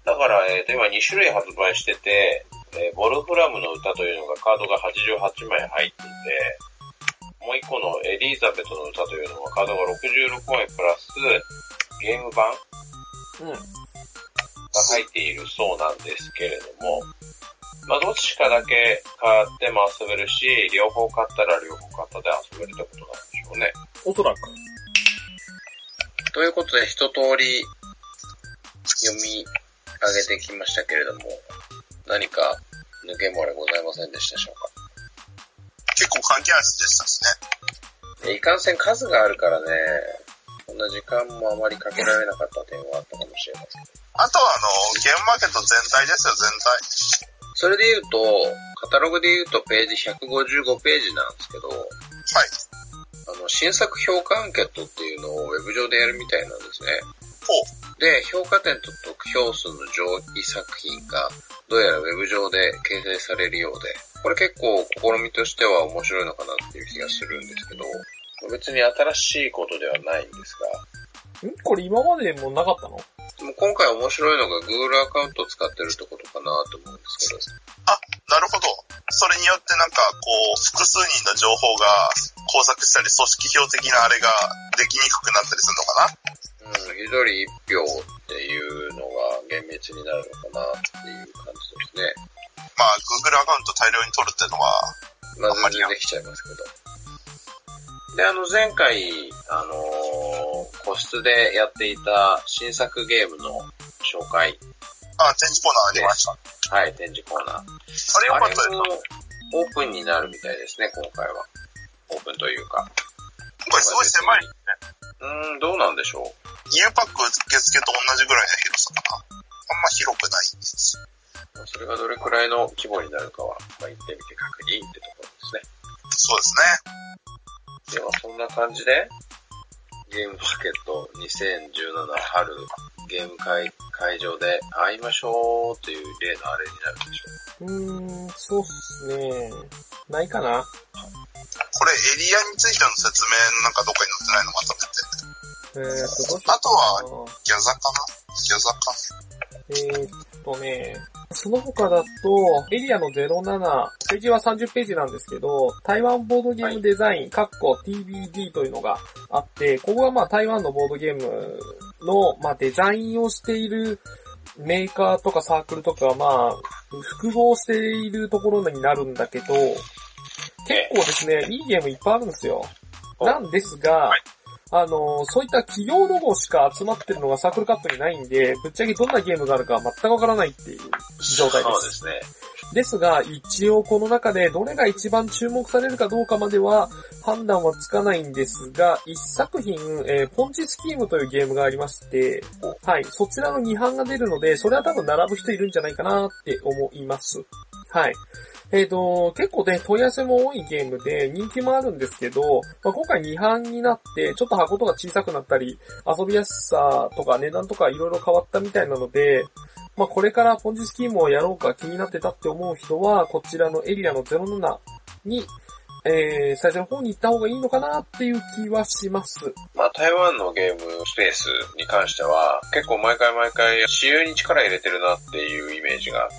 Speaker 2: だから、えーと、今2種類発売してて、えーボルフラムの歌というのがカードが88枚入っていて、もう一個のエリザベトの歌というのはカードが66枚プラスゲーム版
Speaker 1: うん。
Speaker 2: が入っているそうなんですけれども、まあ、どっちかだけ買っても遊べるし、両方買ったら両方買ったで遊べるってことなんでしょうね。
Speaker 1: おそらく。
Speaker 2: ということで、一通り読み上げてきましたけれども、何か抜け漏れございませんでしたでしょう
Speaker 3: 結構関係足でしたしね。
Speaker 2: かいかんせん数があるからね、こんな時間もあまりかけられなかった点はあったかもしれません。
Speaker 3: あとはあの、ゲームマーケット全体ですよ、全体。
Speaker 2: それで言うと、カタログで言うとページ155ページなんですけど、
Speaker 3: はい。
Speaker 2: あの、新作評価アンケートっていうのをウェブ上でやるみたいなんですね。
Speaker 3: ほう。
Speaker 2: で、評価点と得票数の上位作品が、どうやらウェブ上で形成されるようで、これ結構試みとしては面白いのかなっていう気がするんですけど、別に新しいことではないんです
Speaker 1: んこれ今までもなかったの
Speaker 2: が、でも今回面白いのが Google アカウントを使ってるってことかなと思うんですけど、
Speaker 3: なるほど。それによってなんか、こう、複数人の情報が工作したり、組織票的なあれができにくくなったりするのかな
Speaker 2: うん、一人一票っていうのが厳密になるのかなっていう感じですね。
Speaker 3: まあ、Google アカウント大量に取るっていうのは、
Speaker 2: ま
Speaker 3: あんま
Speaker 2: あ、
Speaker 3: り
Speaker 2: 全然できちゃいますけど。で、あの、前回、あのー個室でやっていた新作ゲームの紹介、
Speaker 3: あ、展示コーナーありました。
Speaker 2: はい、展示コーナー。
Speaker 3: あれよかったです
Speaker 2: あれ。もオープンになるみたいですね、今回は。オープンというか。
Speaker 3: これすごい狭い。
Speaker 2: うーん、どうなんでしょう。
Speaker 3: U パック受付と同じぐらいの広さかな。あんま広くないです。
Speaker 2: それがどれくらいの規模になるかは、まあ、行ってみて確認ってところですね。
Speaker 3: そうです
Speaker 2: で
Speaker 3: ね。
Speaker 2: はそんな感じで、ゲームバケット2017春ゲーム会会場で会いましょうという例のあれになるでし
Speaker 1: うーん、そ
Speaker 2: ょ
Speaker 1: うっすね。ないかな。
Speaker 3: これエリアについての説明なんかどっかに載ってないのまとめて。
Speaker 1: えーっと、どうしよう
Speaker 3: あと
Speaker 1: か
Speaker 3: は
Speaker 1: な
Speaker 3: ギャザかなギャ
Speaker 1: え
Speaker 3: ザか。
Speaker 1: ーっとね、その他だと、エリアの07、ページは30ページなんですけど、台湾ボードゲームデザイン、カッコ TBD というのがあって、ここはまあ台湾のボードゲームの、まあデザインをしているメーカーとかサークルとか、まあ、複合しているところになるんだけど、結構ですね、いいゲームいっぱいあるんですよ。
Speaker 2: お
Speaker 1: なんですが
Speaker 3: はい、
Speaker 1: あのーそういった企業ロゴしか集まってるのがサークルカットにないんで、ぶっちゃけどんなゲームがあるか全くわからないっていう状態で。
Speaker 2: そうですすね。
Speaker 1: ですが、一応この中でどれが一番注目されるかどうかまでは判断はつかないんですが、一作品、えーポンチスキームというゲームがありまして、はい、そちらの2版が出るので、それは多分並ぶ人いるんじゃないかなって思います。はい。えっ、と、結構ね、問い合わせも多いゲームで人気もあるんですけど、まあ、今回2版になって、ちょっと箱とか小さくなったり、遊びやすさとか値段とかいろいろ変わったみたいなので、まあ、これからポンジスキームをやろうか気になってたって思う人は、こちらのエリアの07に、えー、最初の方に行った方がいいのかなっていう気はします。
Speaker 2: まあ台湾のゲームスペースに関しては結構毎回毎回私有に力入れてるなっていうイメージがあっ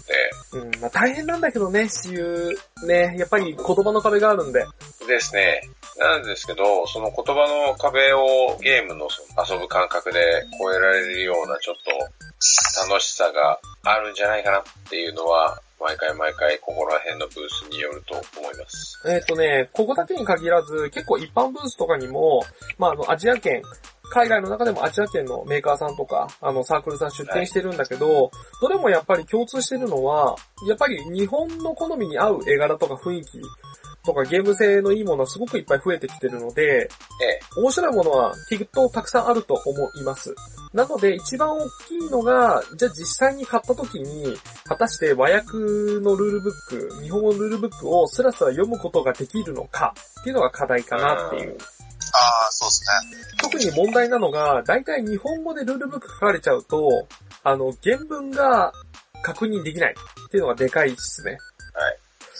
Speaker 2: て、
Speaker 1: うん、まあ、大変なんだけどね、私有。ね、やっぱり言葉の壁があるんで。
Speaker 2: ですね。なんですけど、その言葉の壁をゲームのその遊ぶ感覚で超えられるようなちょっと楽しさがあるんじゃないかなっていうのは、毎回毎回ここら辺のブースによると思います。
Speaker 1: えっ、とね、ここだけに限らず、結構一般ブースとかにも、まあ、あの、アジア圏、海外の中でもアジア圏のメーカーさんとか、あの、サークルさん出展してるんだけど、どれもやっぱり共通してるのは、やっぱり日本の好みに合う絵柄とか雰囲気とかゲーム性のいいものはすごくいっぱい増えてきてるので、
Speaker 2: ええ、
Speaker 1: 面白いものはきっとたくさんあると思います。なので、一番大きいのが、じゃあ実際に買った時に、果たして和訳のルールブック、日本語のルールブックをスラスラ読むことができるのかっていうのが課題かなっていう。
Speaker 3: ああ、そうですね。
Speaker 1: 特に問題なのが、大体日本語でルールブック書かれちゃうと、あの、原文が確認できないっていうのがでかいっすね。
Speaker 2: はい。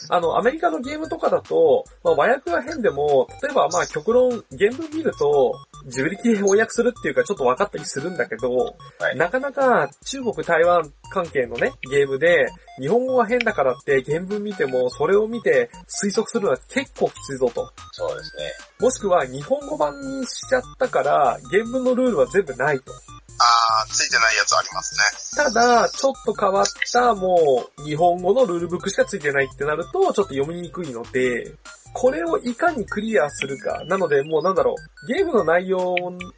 Speaker 1: あの、アメリカのゲームとかだと、まあ、和訳が変でも、例えばまあ極論、原文見ると、自力で翻訳するっていうかちょっと分かったりするんだけど、
Speaker 2: はい
Speaker 1: なかなか中国台湾関係のね、ゲームで、日本語が変だからって原文見ても、それを見て推測するのは結構きついぞと。
Speaker 2: そうですね。
Speaker 1: もしくは日本語版にしちゃったから、原文のルールは全部ないと。
Speaker 3: ああ、ついてないやつありますね。
Speaker 1: ただ、ちょっと変わった、もう、日本語のルールブックしかついてないってなると、ちょっと読みにくいので、これをいかにクリアするか。なので、もうなんだろう、ゲームの内容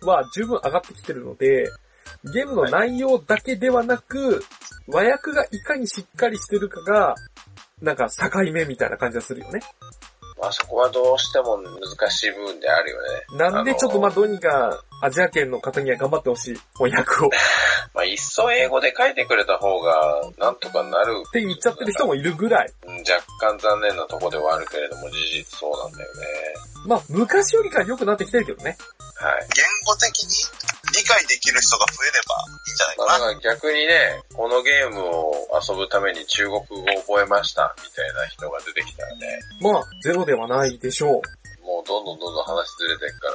Speaker 1: は十分上がってきてるので、ゲームの内容だけではなく、和訳がいかにしっかりしてるかが、なんか境目みたいな感じがするよね。
Speaker 2: まあそこはどうしても難しい部分であるよね。
Speaker 1: なんでちょっとまあ
Speaker 2: あ
Speaker 1: ど
Speaker 2: の
Speaker 1: うにかアジア圏の方には頑張ってほしい。翻訳を。っ
Speaker 2: まあいっそ英語で書いてくれた方がなんとかなる。って
Speaker 1: 言っちゃってる人もいるぐらい。
Speaker 2: 若干残念なとこではあるけれども、事実そうなんだよね。
Speaker 1: まあ昔よりかは良くなってきてるけどね。
Speaker 2: はい。
Speaker 3: 言語的に理解できる人が増えればいいんじゃない
Speaker 2: まあ、だ
Speaker 3: かな。
Speaker 2: から逆にね、このゲームを遊ぶために中国語を覚えました、みたいな人が出てきたらね、
Speaker 1: まあ、ゼロではないでしょ
Speaker 2: もうどんどんどんどん話ずれてくから、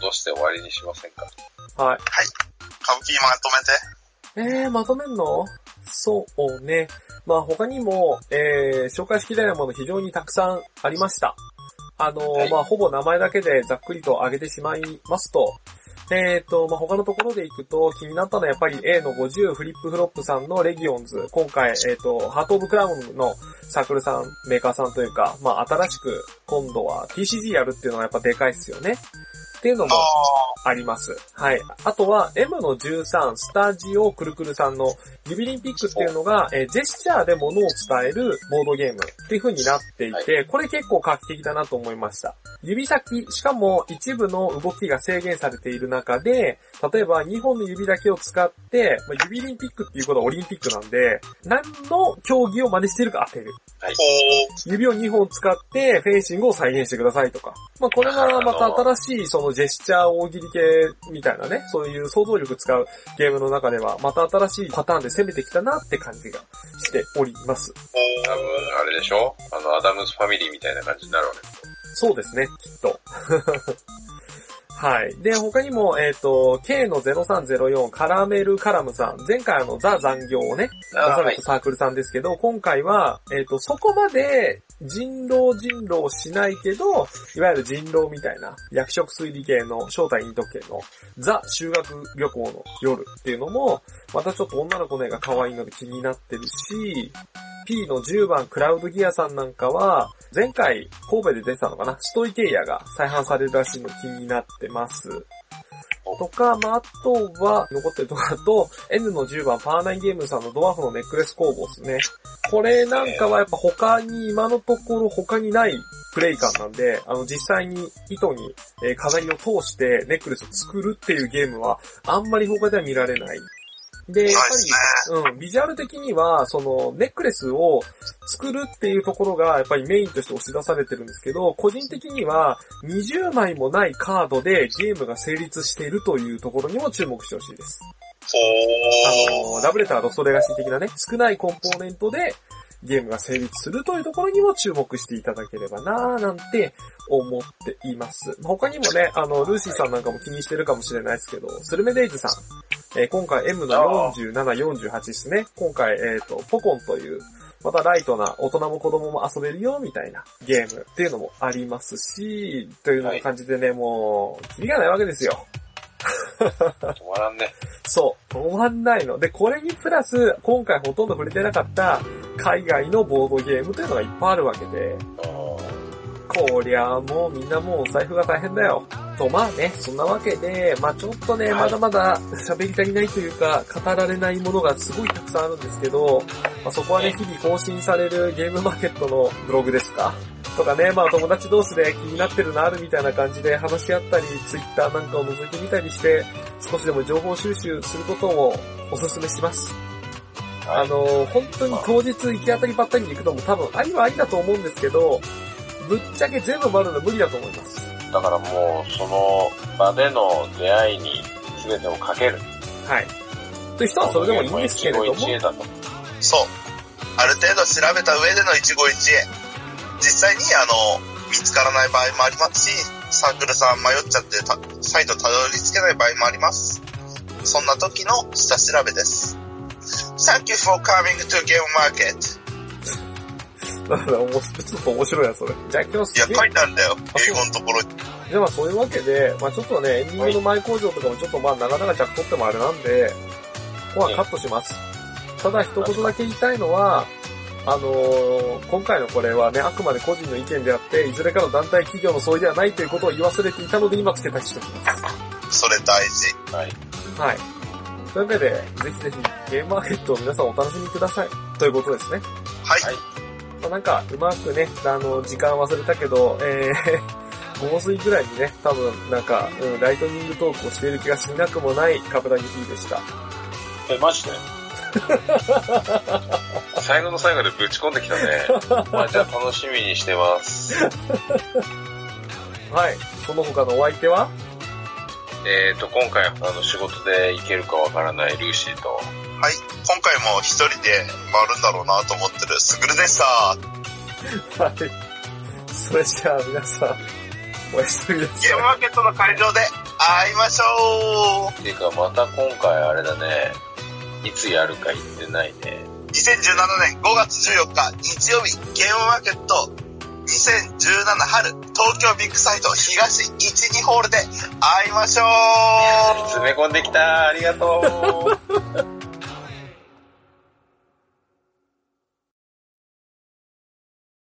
Speaker 2: 戻して終わりにしませんか。
Speaker 1: う。はい。
Speaker 3: 歌舞伎まとめて。
Speaker 1: えー、まとめんのそうね。まあ他にも、えー、紹介しきれないもの非常にたくさんありました。あのー
Speaker 2: はい
Speaker 1: まあほぼ名前だけでざっくりと挙げてしまいますと、えーと、まあ他のところで行くと気になったのはやっぱり A の50フリップフロップさんのレギオンズ、今回、えーと、ハートオブクラウンのサークルさん、メーカーさんというか、まあ新しく今度は TCG やるっていうのはやっぱでかいっすよね。っていうのも
Speaker 3: あ、あ、
Speaker 1: あります。はい。あとは M の13スタジオくるくるさんの指リンピックっていうのが、えージェスチャーで物を伝えるボードゲームっていう風になっていて、これ結構画期的だなと思いました。指先、しかも一部の動きが制限されている中で、例えば2本の指だけを使って、まあ、指リンピックっていうことはオリンピックなんで、何の競技を真似しているか当てる。
Speaker 2: はい。
Speaker 3: こう、
Speaker 1: 指を2本使ってフェンシングを再現してくださいとか。まあ、これがまた新しいそのジェスチャー大喜利系みたいなね、そういう想像力使うゲームの中では、また新しいパターンで攻めてきたなって感じがしております。
Speaker 3: こう、
Speaker 2: 多分、あれでしょあの、アダムスファミリーみたいな感じになるわけですよ。
Speaker 1: そうですね、きっと。 はい。で、他にも、えっ、と、K の0304カラメルカラムさん。前回あの、ザ残業をね、出さ
Speaker 2: あは
Speaker 1: れ
Speaker 2: い
Speaker 1: た。サークルさんですけど、今回は、えっ、と、そこまで人狼人狼しないけど、いわゆる人狼みたいな、役職推理系の正体陰徳系のザ修学旅行の夜っていうのも、またちょっと女の子の絵が可愛いので気になってるし、P の10番クラウドギアさんなんかは、前回神戸で出てたのかなストイケイヤが再販されるらしいの気になってます。とか、まあ、あとは、残ってるとこだと、N の10番パーナイゲームさんのドワーフのネックレス工房ですね。これなんかはやっぱ他に、今のところ他にないプレイ感なんで、あの実際に糸に、えー飾りを通してネックレスを作るっていうゲームはあんまり他では見られない。で、やっ
Speaker 3: な
Speaker 1: ぱ
Speaker 3: いですね。
Speaker 1: り、うん、ビジュアル的には、その、ネックレスを作るっていうところが、やっぱりメインとして押し出されてるんですけど、個人的には、20枚もないカードでゲームが成立しているというところにも注目してほしいです。あ
Speaker 3: こう、
Speaker 1: の、ラブレターのそれがし的なね、少ないコンポーネントでゲームが成立するというところにも注目していただければなぁなんて思っています。他にもね、あの、ルーシーさんなんかも気にしてるかもしれないですけど、スルメデイズさん。えー今回 M の47、48ですね。今回、えっ、と、ポコンという、またライトな大人も子供も遊べるよ、みたいなゲームっていうのもありますし、というような感じでね、もう、キリがないわけですよ。
Speaker 2: 止まらんね。
Speaker 1: そう、止まんないの。で、これにプラス、今回ほとんど触れてなかった海外のボードゲームというのがいっぱいあるわけで、
Speaker 2: うん
Speaker 1: こりゃあもうみんなもうお財布が大変だよ。と、まあね、そんなわけで、まあちょっとね、
Speaker 2: は
Speaker 1: ま
Speaker 2: い
Speaker 1: だまだ喋り足りないというか、語られないものがすごいたくさんあるんですけど、まあそこはね、日々更新されるゲームマーケットのブログですか。とかね、まあ友達同士で気になってるのあるみたいな感じで話し合ったり、ツイッターなんかを覗いてみたりして、少しでも情報収集することをお勧めします。あの、本当に当日行き当たりばったりに行くのも多分ありはありだと思うんですけど、ぶっちゃけ全部回るのは無理だと思います。
Speaker 2: だからもう、その場での出会いに全てをかける。
Speaker 1: はい。という人はそれでもいいんですけれども
Speaker 2: 一、期 一会だと。
Speaker 3: そう。ある程度調べた上での一期一会。実際に、あの、見つからない場合もありますし、サークルさん迷っちゃってた、再度たどり着けない場合もあります。そんな時の下調べです。Thank you for coming to Game Market.
Speaker 1: なんだ、おもしちょっと面白いな、それ。じゃあ今日
Speaker 3: いや、
Speaker 1: すげえ
Speaker 3: 書いてあるんだよ。
Speaker 1: あそう
Speaker 3: 英語のところに。
Speaker 1: でまあそういうわけで、まあちょっとね、エンディングの前工場とかもちょっとまあなかなか着取ってもあれなんで、ここはカットします。ただ一言だけ言いたいのは、あのー今回のこれはね、あくまで個人の意見であって、いずれかの団体企業の相違ではないということを言わせれていたので今付け足しておきます。
Speaker 3: それ大事。
Speaker 2: はい。
Speaker 1: はい。というわけで、ぜひぜひゲームマーケットを皆さんお楽しみください。ということですね。
Speaker 3: はい。
Speaker 2: はい
Speaker 1: まあ、なんか、うまくね、あの、時間忘れたけど、えー、 午後過ぎぐらいにね、多分、なんか、うん、ライトニングトークをしている気がしなくもない、カブラギ P でした。
Speaker 2: え、マジで 最後の最後でぶち込んできた ね。まあじゃあ楽しみにしてます。
Speaker 1: はい。その他のお相手は
Speaker 2: えっと、今回、あの、仕事で行けるかわからないルーシーと、
Speaker 3: はい。今回も一人で回るんだろうなと思ってるすぐるでした。
Speaker 1: はい。それじゃあ、皆さん、おやすみな
Speaker 3: ゲー
Speaker 1: さ
Speaker 3: ムマーケットの会場で会いましょう
Speaker 2: っていうか、また今回あれだね、いつやるか言ってないね。
Speaker 3: 2017年5月14日日曜日ゲームマーケット2017春東京ビッグサイト東12ホールで会いましょう
Speaker 2: 詰め込んできたありがとう